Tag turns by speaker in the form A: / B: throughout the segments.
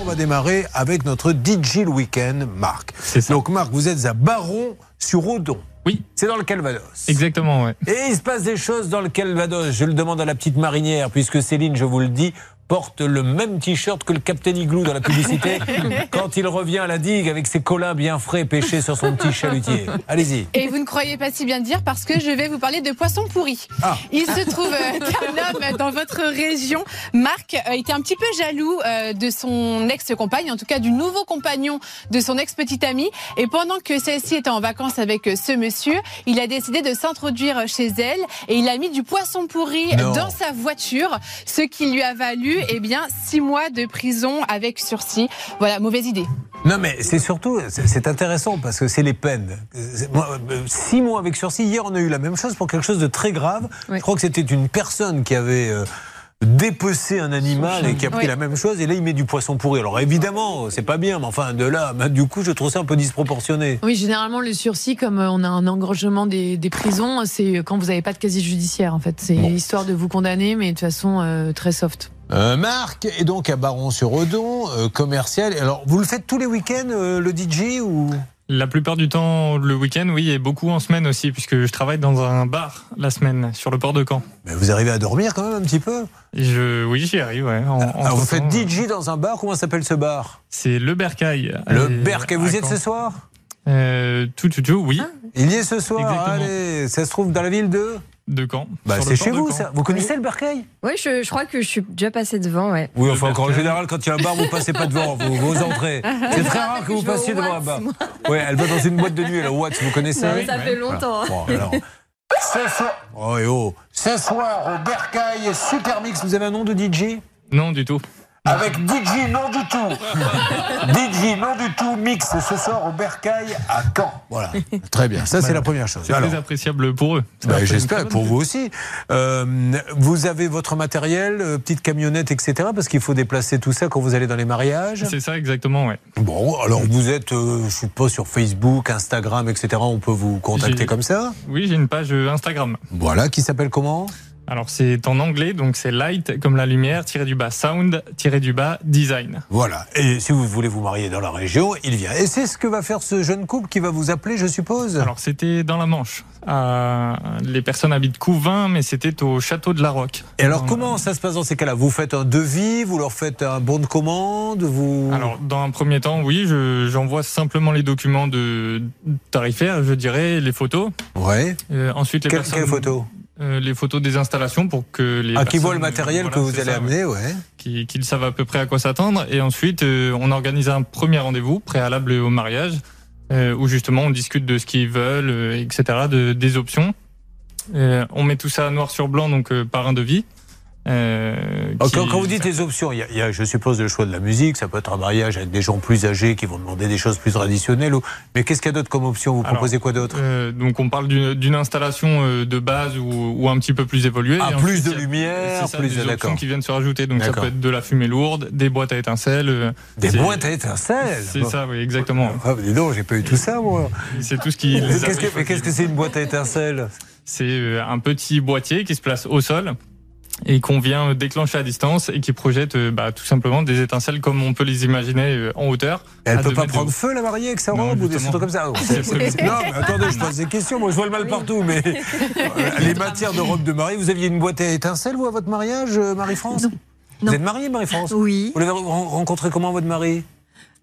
A: on va démarrer avec notre DJ le week-end, Marc.
B: C'est ça.
A: Donc Marc, vous êtes à Baron sur Odon.
B: Oui.
A: C'est dans le Calvados.
B: Exactement, ouais.
A: Et il se passe des choses dans le Calvados. Je le demande à la petite marinière, puisque Céline, je vous le dis, porte le même t-shirt que le Captain Igloo dans la publicité quand il revient à la digue avec ses colins bien frais pêchés sur son petit chalutier. Allez-y.
C: Et vous ne croyez pas si bien dire parce que je vais vous parler de poissons pourris.
A: Ah.
C: Il se trouve euh, qu'un homme dans votre région, Marc, euh, était un petit peu jaloux euh, de son ex-compagne, en tout cas du nouveau compagnon de son ex-petite amie. Et pendant que celle-ci était en vacances avec euh, ce monsieur, il a décidé de s'introduire chez elle et il a mis du poisson pourri
A: Non.
C: dans sa voiture, ce qui lui a valu eh bien, six mois de prison avec sursis. Voilà, mauvaise idée.
A: Non, mais c'est surtout, c'est c'est intéressant parce que c'est les peines. Euh, c'est- moi, euh, six mois avec sursis, hier on a eu la même chose pour quelque chose de très grave.
D: Oui.
A: Je crois que c'était une personne qui avait euh, dépecé un animal et qui a pris
C: Oui.
A: la même chose et là il met du poisson pourri. Alors évidemment, c'est pas bien, mais enfin de là, bah, du coup je trouve ça un peu disproportionné.
D: Oui, généralement, le sursis, comme euh, on a un engorgement des, des prisons, c'est quand vous n'avez pas de casier judiciaire, en fait. C'est
A: Bon.
D: histoire de vous condamner, mais de toute façon, euh, très soft.
A: Euh, Marc est donc à Baron-sur-Odon, euh, commercial. Alors vous le faites tous les week-ends, euh, le DJ ou
B: La plupart du temps, le week-end, oui, et beaucoup en semaine aussi, puisque je travaille dans un bar la semaine, sur le port de Caen.
A: Mais Vous arrivez à dormir quand même un petit peu
B: Et je, oui, j'y arrive, ouais. en- en
A: Alors Ah, vous faites
B: sortant, euh,
A: DJ dans un bar, comment s'appelle ce bar
B: C'est le Bercail.
A: Le
B: Et-
A: Berck, et vous
B: à
A: y êtes
B: Caen.
A: ce Ah. soir
B: Euh, Tout, tout, tout, oui,
A: Il y est ce soir,
B: Exactement.
A: allez, ça se trouve dans la ville de
B: de Caen.
A: Bah,
B: sur le
A: c'est
B: port
A: chez
B: de
A: vous
B: Caen.
A: ça. Vous connaissez le Bercail
E: Oui, je, je crois que je suis déjà passé devant, ouais.
A: Oui,
B: enfin, encore, en général,
A: quand il y a un bar, vous passez pas devant, vous, vous entrez. C'est très rare que vous
E: Je vais au
A: passiez devant un
E: Watts,
A: bar.
E: moi.
A: Ouais, elle va dans une boîte de nuit, la Watts, vous connaissez
E: ça fait longtemps.
A: Bon, alors. Ce soir, oh, et oh. ce soir au Bercail Supermix, vous avez un nom de DJ
B: Non, du tout.
A: Avec DJ non du tout. DJ non du tout mix ce soir au Bercail à Caen. Voilà, très bien. Ça, c'est la première chose.
B: C'est
A: Alors,
B: très appréciable pour eux. Ça
A: Bah,
B: leur fait une
A: J'espère,
B: très
A: pour
B: bonne-
A: vous aussi. Euh, vous avez votre matériel, euh, petite camionnette, etc. Parce qu'il faut déplacer tout ça quand vous allez dans les mariages.
B: C'est ça, exactement, ouais.
A: Bon, alors vous êtes, euh, je sais pas, sur Facebook, Instagram, etc. On peut vous contacter
B: J'ai-
A: comme ça.
B: Oui, j'ai une page euh, Instagram.
A: Voilà, qui s'appelle comment
B: Alors, c'est en anglais, donc c'est light, comme la lumière, tiré du bas sound, tiré du bas design.
A: Voilà. Et si vous voulez vous marier dans la région, il vient. Et c'est ce que va faire ce jeune couple qui va vous appeler, je suppose
B: Alors c'était dans la Manche. Euh, les personnes habitent Couvin, mais c'était au château de la Roque.
A: Et alors,
B: Dans-
A: comment ça se passe dans ces cas-là Vous faites un devis, vous leur faites un bon de commande, vous.
B: Alors dans un premier temps, oui, je- j'envoie simplement les documents de tarifaires, je dirais les photos.
A: Ouais.
B: Euh, ensuite les
A: Quelle,
B: personnes-
A: quelle photo
B: euh, les photos des installations pour que les
A: À Ah, qui voit le
B: personnes, euh,
A: matériel
B: voilà,
A: que vous
B: c'est
A: allez
B: ça, ouais,
A: amener, ouais.
B: qui- qu'ils savent à peu près à quoi s'attendre. Et ensuite, euh, on organise un premier rendez-vous préalable au mariage, euh, où justement on discute de ce qu'ils veulent, euh, etc., de- des options. Euh, on met tout ça noir sur blanc, donc euh, par un devis. euh,
A: Ah,
B: qui-
A: Quand, quand vous dites les options, il y, a- il y a, je suppose, le choix de la musique, ça peut être un mariage avec des gens plus âgés qui vont demander des choses plus traditionnelles. ou- Mais qu'est-ce qu'il y a d'autre comme option Vous
B: Alors,
A: proposez quoi d'autre
B: Euh, donc on parle d'une d'une installation euh, de base ou, ou un petit peu plus évoluée.
A: Ah,
B: Et
A: plus
B: ensuite,
A: de
B: il y a-
A: lumière,
B: c'est ça,
A: plus
B: des
A: de. D'accord.
B: options qui viennent se rajouter. Donc ça
A: D'accord.
B: peut être de la fumée lourde, des boîtes à étincelles. euh,
A: Des
B: c'est-
A: boîtes à étincelles
B: C'est
A: Bon.
B: ça, oui, exactement.
A: Ah, mais dis donc, j'ai pas eu tout ça, moi.
B: C'est tout ce
A: Mais
B: qui.
A: Qu'est-ce que mais qu'est-ce que c'est une boîte à étincelles
B: C'est euh, un petit boîtier qui se place au sol et qu'on vient déclencher à distance et qui projette euh, bah, tout simplement des étincelles comme on peut les imaginer euh, en hauteur.
A: Elle
B: à
A: peut
B: deux
A: pas
B: mètres de
A: prendre
B: haut.
A: feu, la mariée, avec sa
B: Non,
A: robe ou des
B: justement.
A: trucs comme ça Oh,
B: C'est
A: c'est-
B: absolument-
A: Non, mais attendez, je pose des questions. Moi, je vois le mal partout, mais euh, les matières de robe de mariée, vous aviez une boîte à étincelles, vous, à votre mariage, euh, Marie-France Vous
F: Non.
A: êtes mariée, Marie-France
F: hein. Oui,
A: Vous l'avez ren- rencontré comment, votre mari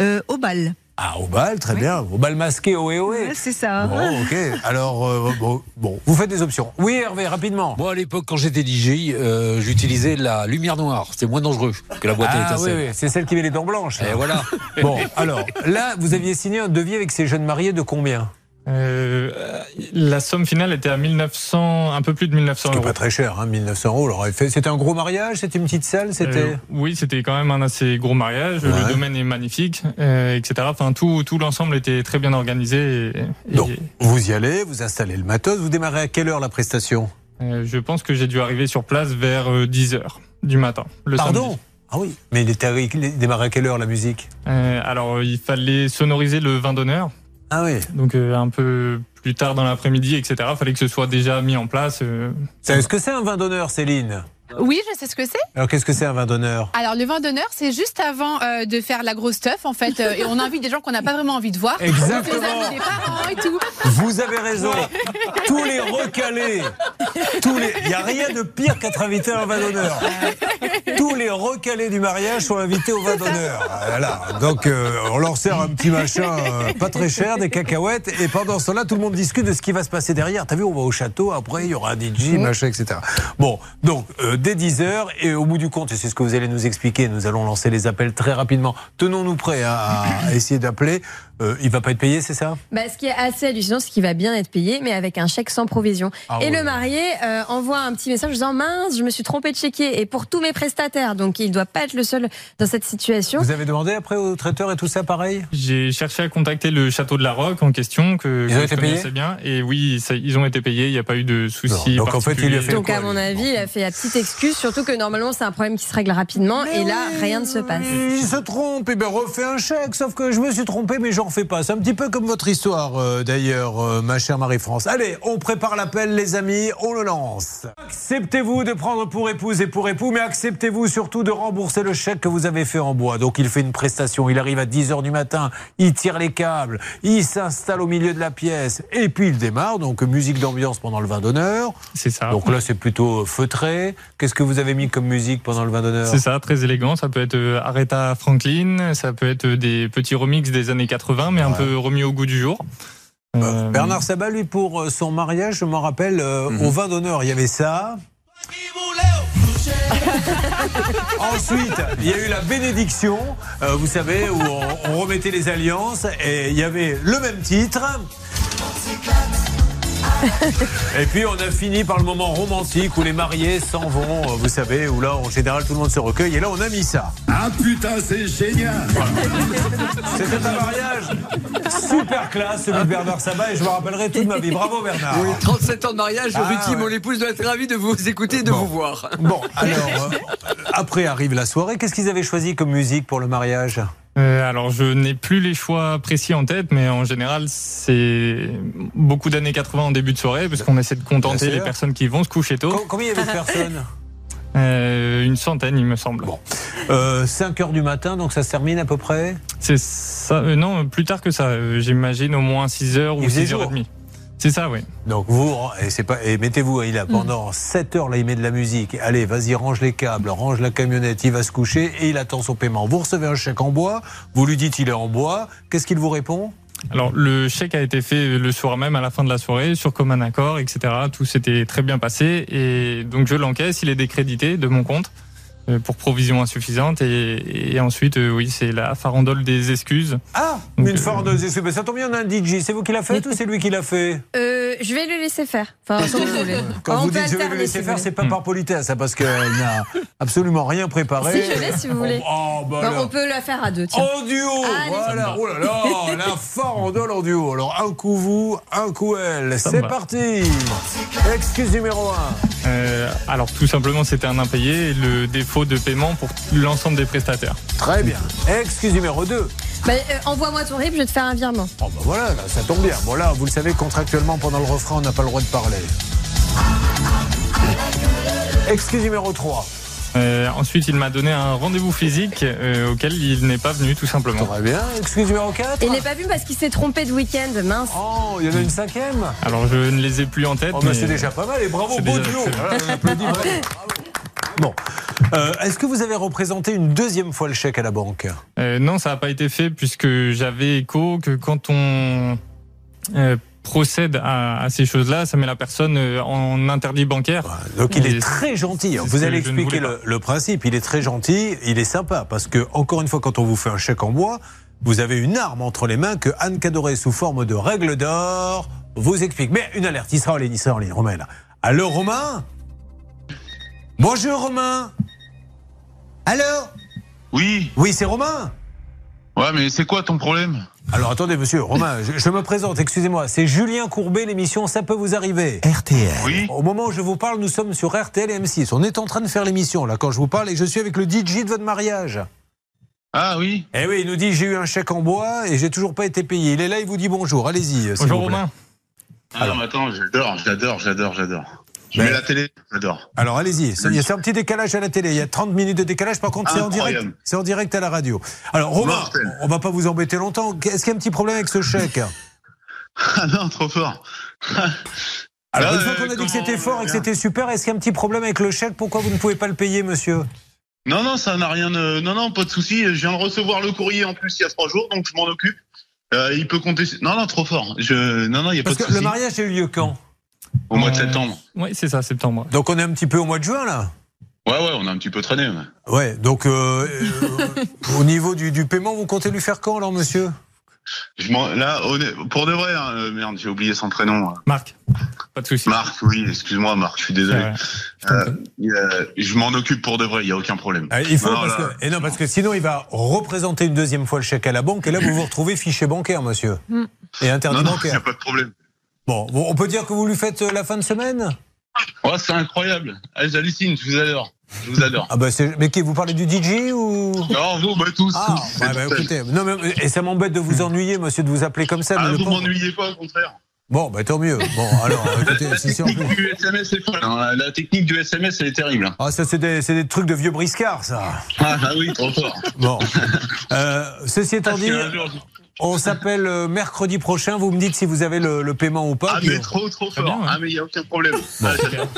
F: euh, au bal.
A: Ah, au bal, très bien. Au bal masqué, ohé, ohé.
F: Ouais, C'est ça.
A: Bon, ok. Alors, euh, bon, bon, vous faites des options. Oui, Hervé, rapidement.
G: Moi, à l'époque, quand j'étais DJ, euh, j'utilisais la lumière noire. C'était moins dangereux que la boîte à
A: Ah oui,
G: étincelles.
A: oui, c'est celle qui met les dents blanches. là.
G: Et voilà.
A: Bon, alors, là, vous aviez signé un devis avec ces jeunes mariés de combien
B: Euh, euh, la somme finale était à 1900, un peu plus de 1900 euros.
A: très cher, hein, 1900 euros. Alors, fait, c'était un gros mariage, c'était une petite salle,
B: Euh, oui, c'était quand même un assez gros mariage.
A: Ouais.
B: Le domaine est magnifique, euh, etc. Enfin, tout, tout l'ensemble était très bien organisé. et- et-
A: Donc, vous y allez, vous installez le matos, vous démarrez à quelle heure la prestation
B: euh, je pense que j'ai dû arriver sur place vers euh, 10 heures du matin. Le samedi.
A: Pardon Ah oui. Mais il, était, il démarrait à quelle heure la musique
B: Euh, alors, euh, il fallait sonoriser le vin d'honneur,
A: Ah oui.
B: donc euh, un peu plus tard dans l'après-midi, etc. Fallait que ce soit déjà mis en place. euh.
A: Ça, Est-ce que c'est un vin d'honneur, Céline
C: Oui, je sais ce que c'est.
A: Alors qu'est-ce que c'est un vin d'honneur
C: Alors, le vin d'honneur, c'est juste avant euh, de faire la grosse teuf, en fait. euh, et on invite des gens qu'on n'a pas vraiment envie de voir.
A: Exactement.
C: Des amis, des parents et tout.
A: Vous avez raison. Tous les recalés, tous les, il n'y a rien de pire qu'être invité à un vin d'honneur. Tous les recalés du mariage sont invités au vin d'honneur. Voilà. Donc euh, on leur sert un petit machin euh, pas très cher, des cacahuètes, et pendant ce temps-là, tout le monde discute de ce qui va se passer derrière. T'as vu, on va au château, après il y aura un DJ, machin, etc. Bon, donc euh, dès 10 heures et au bout du compte, et c'est ce que vous allez nous expliquer, nous allons lancer les appels très rapidement. Tenons-nous prêts à, à essayer d'appeler. Euh, il va pas être payé, c'est ça
E: Bah, ce qui est assez hallucinant, c'est qu'il va bien être payé, mais avec un chèque sans provision.
A: Ah
E: et
A: ouais.
E: le marié euh, envoie un petit message en disant mince, je me suis trompé de chéquier. Et pour tous mes prestataires, donc il doit pas être le seul dans cette situation.
A: Vous avez demandé après au traiteur et tout ça pareil
B: J'ai cherché à contacter le château de la Roque en question, que,
A: Ils
B: que
A: ont
B: je
A: été payés
B: connaissais bien. Et oui, ça- ils ont été payés, il n'y a pas eu de soucis.
A: Non, donc en fait, il lui a fait-
B: particuliers.
E: Donc à mon avis, il a fait la petite excuse, surtout que normalement c'est un problème qui se règle rapidement, et là rien ne se passe.
A: Il se trompe, et bien refait un chèque, sauf que je me suis trompé, mais j'en refais pas. C'est un petit peu comme votre histoire, euh, d'ailleurs, euh, ma chère Marie-France. Allez, on prépare l'appel, les amis, on le lance. Acceptez-vous de prendre pour épouse et pour époux, mais acceptez-vous surtout de rembourser le chèque que vous avez fait en bois. Donc il fait une prestation, il arrive à 10h du matin, il tire les câbles, il s'installe au milieu de la pièce, et puis il démarre, donc musique d'ambiance pendant le vin d'honneur.
B: C'est ça.
A: Donc là, c'est plutôt feutré. Qu'est-ce que vous avez mis comme musique pendant le vin d'honneur
B: C'est ça, très élégant. Ça peut être euh, Aretha Franklin, ça peut être euh, des petits remixes des années 80, mais un peu remis au goût du jour. Euh,
A: Bernard Sabat, lui, pour euh, son mariage, je m'en rappelle, euh, au vin d'honneur, il y avait ça. Ensuite, il y a eu la bénédiction, euh, vous savez, où on, on remettait les alliances, et il y avait le même titre. Et puis on a fini par le moment romantique où les mariés s'en vont, euh, vous savez, où là en général tout le monde se recueille, et là on a mis ça.
H: Ah putain, c'est génial
A: C'était un mariage super classe, celui de Bernard Sabat, et je me rappellerai toute ma vie. Bravo Bernard.
I: Oui, 37 ans de mariage,
A: Ah,
I: Ruti,
A: ouais.
I: mon épouse doit être ravie de vous écouter et de
A: Bon. Ah.
I: vous voir.
A: Bon, alors, euh, après arrive la soirée. Qu'est-ce qu'ils avaient choisi comme musique pour le mariage
B: euh, alors, je n'ai plus les choix précis en tête, mais en général, c'est beaucoup d'années 80 en début de soirée, parce qu'on essaie de contenter
A: Bien sûr.
B: les personnes qui vont se coucher tôt.
A: Com- Combien il y avait de personnes
B: Euh, une centaine, il me semble.
A: Bon. euh, 5 heures du matin, donc ça se termine à peu près.
B: C'est ça. euh, non, euh, plus tard que ça. euh, J'imagine au moins 6 heures
A: Il
B: ou
A: faisait
B: 6 heures et
A: jour.
B: demie. C'est ça, oui.
A: Donc vous, et, c'est pas, et mettez-vous, hein, il
E: Mm.
A: a pendant 7 heures, là, il met de la musique. Allez, vas-y, range les câbles, range la camionnette, il va se coucher et il attend son paiement. Vous recevez un chèque en bois, vous lui dites il est en bois. Qu'est-ce qu'il vous répond
B: Alors, le chèque a été fait le soir même, à la fin de la soirée, sur commun accord, etc. Tout s'était très bien passé. Et donc, je l'encaisse. Il est décrédité de mon compte euh, pour provision insuffisante. Et, et ensuite, euh, oui, c'est la farandole des excuses.
A: Ah,
B: Donc,
A: une
B: euh,
A: farandeuse, excusez-moi, ça tombe bien, on a un DJ. C'est vous qui l'a fait ou c'est lui qui l'a fait
E: Euh, je vais le laisser faire. Enfin, comme vous voulez.
A: Quand
E: On
A: vous
E: peut
A: dites je vais le
E: alterner, si
A: laisser
E: vous
A: faire,
E: voulez.
A: c'est pas par politesse, hein, parce qu'elle n'a absolument rien préparé.
E: Si, je l'ai, si vous
A: Oh,
E: voulez.
A: Oh, bah
E: Bon,
A: alors.
E: on peut la faire à deux, tiens.
A: En duo
E: Allez.
A: Voilà, oh là là, la farandole en duo. Alors, un coup vous, un coup elle.
B: Ça
A: C'est
B: me va.
A: parti Excuse numéro 1.
B: Euh, alors, tout simplement, c'était un impayé et le défaut de paiement pour l'ensemble des prestataires.
A: Très bien. Excuse numéro 2.
E: Bah, euh, Envoie-moi ton RIB, je vais te faire un virement.
A: Oh bah voilà, là, ça tombe bien. Bon là, vous le savez, contractuellement, pendant le refrain, on n'a pas le droit de parler. Excuse numéro 3.
B: Euh, ensuite, il m'a donné un rendez-vous physique euh, auquel il n'est pas venu, tout simplement.
A: Très bien. Excuse numéro
D: Ah.
A: 4.
E: Il n'est pas vu parce qu'il s'est trompé de week-end, mince.
A: Oh, il y en a une cinquième
B: Alors, je ne les ai plus en tête.
A: Oh, bah,
B: mais-
A: c'est déjà pas mal et bravo,
B: C'est
A: beau
B: déjà
A: duo.
B: excellent.
A: Voilà, on applaudit, bravo. Bon. Euh, Est-ce que vous avez représenté une deuxième fois le chèque à la banque
B: Euh, non, ça n'a pas été fait puisque j'avais écho que quand on euh, procède à, à ces choses-là, ça met la personne euh, en interdit bancaire.
A: Donc il est
B: Et
A: très gentil. hein.
B: c'est ce
A: Vous
B: que
A: allez
B: je ne
A: expliquer
B: voulais
A: le, le principe. Il est très gentil, il est sympa parce que encore une fois, quand on vous fait un chèque en bois, vous avez une arme entre les mains que Anne Cadoré, sous forme de règle d'or, vous explique. Mais une alerte, il sera en ligne, il sera en ligne. Romain est là. Allô, Romain Bonjour, Romain. Allô
J: Oui,
A: Oui, c'est Romain.
J: ouais, mais c'est quoi ton problème
A: Alors attendez, monsieur Romain, je, je me présente, excusez-moi, c'est Julien Courbet, l'émission Ça peut vous arriver.
J: Oui
A: Au moment où je vous parle, nous sommes sur RTL et M6. On est en train de faire l'émission, là, quand je vous parle, et je suis avec le DJ de votre mariage.
J: Ah oui
A: Eh oui, il nous dit j'ai eu un chèque en bois et j'ai toujours pas été payé. Il est là, il vous dit bonjour, allez-y. s'il
B: Bonjour
A: vous plaît.
B: Romain.
J: Ah non, mais attends, j'adore, j'adore, j'adore, j'adore. Je
A: Mais-
J: mets la télé, j'adore.
A: Alors allez-y, c'est il y a- c'est un petit décalage à la télé, il y a 30 minutes de décalage, par contre c'est en direct,
J: Incroyable.
A: c'est en direct à la radio. Alors Romain,
J: Mortel.
A: on va pas vous embêter longtemps, est-ce qu'il y a un petit problème avec ce chèque
J: Ah non, trop fort.
A: Alors
J: Ah,
A: une fois qu'on a
J: euh,
A: dit que
J: comment-
A: c'était fort et que
J: bien.
A: c'était super, est-ce qu'il y a un petit problème avec le chèque Pourquoi vous ne pouvez pas le payer monsieur
J: Non, non, ça n'a rien. euh, Non, non, pas de souci. Je viens de recevoir le courrier en plus il y a trois jours, donc je m'en occupe. Euh, il peut compter. sur- Non, non, trop fort. Je... Non, non, il n'y a pas
A: Parce
J: de
A: que le
J: souci.
A: mariage a eu lieu quand
J: Au mois de
B: Euh,
J: septembre.
B: Oui, c'est ça, septembre.
A: Donc on est un petit peu au mois de juin là
J: Ouais, ouais, on a un petit peu traîné. ouais.
A: Ouais, donc euh, euh, au niveau du, du paiement, vous comptez lui faire quand alors monsieur
J: Je m'en- Là, honnête- pour de vrai, hein, euh, merde, j'ai oublié son prénom. hein.
B: Marc, pas de souci.
J: Marc, oui, excuse-moi, Marc, je suis désolé.
B: Ouais, je t'en prie.
J: Euh, je m'en occupe pour de vrai, il n'y a aucun problème.
A: Ah, Il faut
J: Non,
A: parce
J: là-
A: que, et non, parce que sinon il va représenter une deuxième fois le chèque à la banque et là vous vous retrouvez fichier bancaire monsieur.
D: Hmm.
A: Et interdit
J: Non, non, il n'y
A: bancaire.
J: a pas de problème.
A: Bon, bon, on peut dire que vous lui faites euh, la fin de semaine
J: Oh, c'est incroyable. Ah, J'hallucine, je vous adore. Je vous adore.
A: Ah bah c'est- mais qui vous parlez du DJ ou
J: Non, vous, bah, tous.
A: Ah,
J: tous,
A: ouais,
J: c'est
A: bah,
J: tout seul.
A: écoutez, non mais et ça m'embête de vous ennuyer monsieur de vous appeler comme ça.
J: Ah,
A: mais le
J: vous
A: pauvre-
J: m'ennuyez pas, au contraire.
A: Bon, bah tant mieux. Bon, alors écoutez,
J: La
A: c'est sûr.
J: technique du SMS est folle. hein. La technique du SMS, elle est terrible. hein.
A: Ah ça c'est des, c'est des trucs de vieux briscards ça.
J: Ah, ah oui, trop fort.
A: Bon, Euh, ceci étant
J: Parce euh,
A: dit,
J: qu'un jour, je-
A: on s'appelle euh, mercredi prochain. Vous me dites si vous avez le, le paiement ou pas.
J: Ah,
A: puis
J: mais
A: on-
J: trop, trop fort.
A: hein.
B: bien, ouais.
J: Ah, mais il n'y a aucun problème. Ah, j'adore.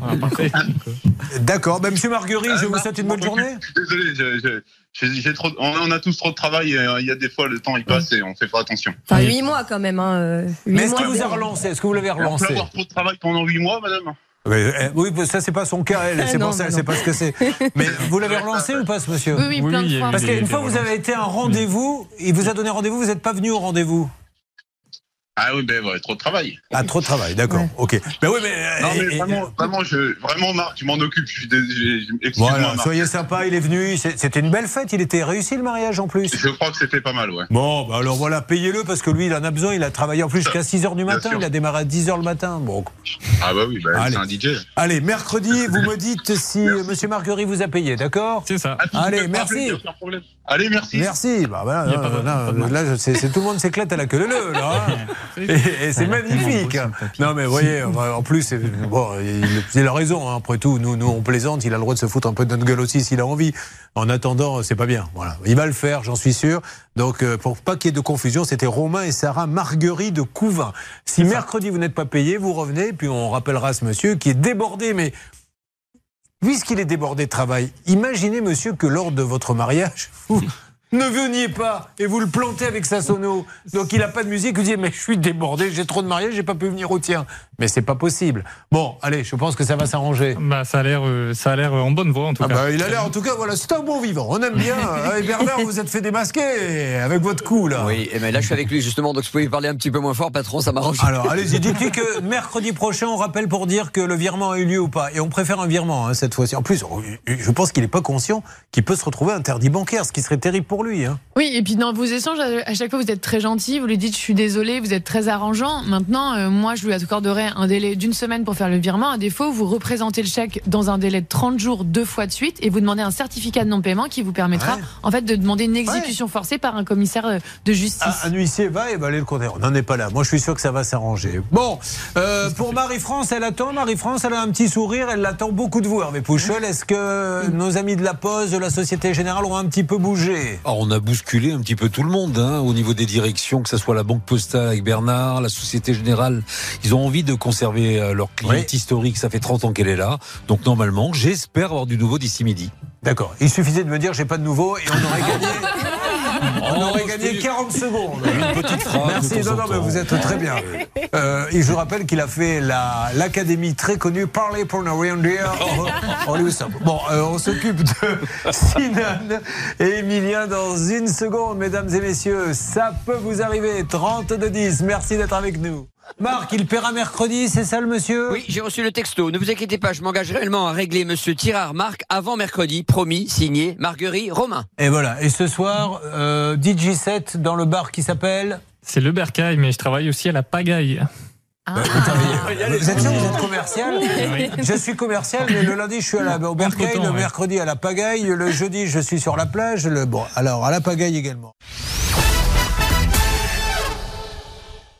B: Voilà, parfait. euh,
A: D'accord, ben, monsieur Marguerite,
J: Ah,
A: je vous
J: Marc,
A: souhaite
J: je
A: une
J: m'en
A: bonne
J: occupe.
A: journée.
J: Je suis désolé, je- je- j'ai- j'ai trop, on, on a tous trop de travail. et, euh, Il y a des fois, le temps il passe et on fait pas attention.
E: Enfin, 8 mois quand même. Hein, euh, huit
A: Ah, Mais est-ce
E: mois.
A: qu'il vous a relancé Est-ce que vous l'avez
J: On peut
A: relancé
J: avoir trop de travail pendant 8 mois, madame
A: Mais, euh, Oui, parce que ça c'est pas son cas, elle. C'est
E: Non,
A: pour ça,
E: bah
A: elle sait pas ce que c'est. Mais vous l'avez relancé ou pas, ce monsieur
D: Oui, oui,
B: Oui,
D: plein
B: oui, il y
D: de
B: a
D: fois.
B: eu
A: Parce
B: des-
A: qu'une
B: des
A: fois, vous
B: relances.
A: avez été à un rendez-vous, il vous a donné rendez-vous, vous n'êtes pas venu au rendez-vous.
J: Ah oui, ben ouais, trop de travail.
A: Ah, trop de travail, d'accord, ok. Ben oui, mais. euh,
J: Non, mais
A: et- et-
J: vraiment, vraiment, je, vraiment, Marc, tu m'en occupes. Je suis désolé. je- Excuse-moi,
A: Voilà,
J: Marc.
A: soyez sympa, il est venu, c'est- c'était une belle fête, il était réussi le mariage en plus.
J: Je crois que c'était pas mal, ouais.
A: Bon, bah alors voilà, payez-le parce que lui, il en a besoin, il a travaillé en plus jusqu'à 6h du
J: Bien
A: matin,
J: sûr.
A: il a démarré à 10h le matin. Bon.
J: Ah bah oui, bah,
A: Allez.
J: c'est un DJ.
A: Allez, mercredi, vous me dites si euh, monsieur Marguerite vous a payé, d'accord
B: C'est ça.
J: Ah, tu
A: Allez,
J: peux me
A: merci.
J: rappeler, y a aucun problème. Allez, merci.
A: Merci. Bah, voilà,
B: Il y a pas de-
A: là, là,
B: pas de marche.
A: là, je- c'est- c'est- tout le monde s'éclate à la queue de leu, là. hein. Et, et c'est
B: Ouais,
A: magnifique. hein.
B: tellement beau, ce papier.
A: Non, mais vous voyez, en plus, c'est- bon, il, il a raison. hein. après tout, nous, nous, on plaisante. Il a le droit de se foutre un peu de notre gueule aussi s'il a envie. En attendant, c'est pas bien. Voilà. Il va le faire, j'en suis sûr. Donc, euh, pour pas qu'il y ait de confusion, c'était Romain et Sarah Marguerite de Couvin. Si mercredi, vous n'êtes pas payé, vous revenez, puis on rappellera ce monsieur qui est débordé, mais Puisqu'il est débordé de travail, imaginez, monsieur, que lors de votre mariage, vous ne veniez pas et vous le plantez avec sa sono. Donc il n'a pas de musique, vous dites Mais je suis débordé, j'ai trop de mariage, j'ai pas pu venir au tien. Mais c'est pas possible. Bon, allez, je pense que ça va s'arranger.
B: Bah, ça a l'air, euh, ça a l'air euh, en bonne voie en tout
A: Ah
B: cas.
A: bah, il a l'air, en tout cas, voilà, c'est un bon vivant. On aime bien. Et Bernard, vous êtes fait démasquer avec votre coup, là.
I: Oui, et mais là je suis avec lui justement, donc je pouvais parler un petit peu moins fort, patron, ça m'arrange.
A: Alors, allez-y, dites-lui que mercredi prochain, on rappelle pour dire que le virement a eu lieu ou pas. Et on préfère un virement, hein, cette fois-ci. En plus, je pense qu'il n'est pas conscient qu'il peut se retrouver interdit bancaire, ce qui serait terrible pour lui. hein.
D: Oui, et puis dans vos échanges, à à chaque fois, vous êtes très gentil, vous lui dites je suis désolé, vous êtes très arrangeant. Maintenant, euh, moi, je lui accorderai un délai d'une semaine pour faire le virement. À défaut, vous représentez le chèque dans un délai de 30 jours deux fois de suite et vous demandez un certificat de non-paiement qui vous permettra,
A: Ouais.
D: en fait, de demander une exécution forcée par un commissaire euh, de justice.
A: Ah, un huissier va évaluer le compteur. On n'en est pas là. Moi, je suis sûr que ça va s'arranger. Bon, euh, pour Marie-France, elle attend. Marie-France, elle a un petit sourire. Elle attend beaucoup de vous, Hervé Pouchol. Est-ce que nos amis de la pause, de la Société Générale, ont un petit peu bougé
G: Alors, on a bousculé un petit peu tout le monde hein, au niveau des directions, que ce soit la Banque Postale avec Bernard, la Société Générale. Ils ont envie de conserver euh, leur cliente historique. Ça fait 30 ans qu'elle est là. Donc normalement, j'espère avoir du nouveau d'ici midi.
A: D'accord. Il suffisait de me dire, j'ai pas de nouveau, et on aurait gagné. On
G: Oh,
A: aurait
G: je
A: gagné
G: te dis-
A: 40 secondes.
G: Une petite phrase. Ah, de
A: Merci,
G: temps
A: non, non,
G: en
A: mais
G: temps.
A: vous êtes très bien. Euh, et je rappelle qu'il a fait la- l'académie très connue Parler pour ne rien dire.
G: Oh.
A: On lui semble. Bon, euh, on s'occupe de Sinan et Emilien dans une seconde, mesdames et messieurs. Ça peut vous arriver. 30 de 10. Merci d'être avec nous. Marc, il paiera mercredi, c'est ça le monsieur
K: Oui, j'ai reçu le texto. Ne vous inquiétez pas, je m'engage réellement à régler Monsieur Tirard Marc avant mercredi. Promis, signé Marguerite Romain.
A: Et voilà. Et ce soir, euh, DJ7 dans le bar qui s'appelle.
B: C'est le bercail, mais je travaille aussi à la pagaille.
A: Vous êtes sûr que vous êtes commercial Je suis commercial, mais le lundi, je suis à la, au Bercail,
B: Entre-temps,
A: le
B: ouais.
A: mercredi, à la pagaille, le jeudi, je suis sur la plage, le, bon, alors à la pagaille également.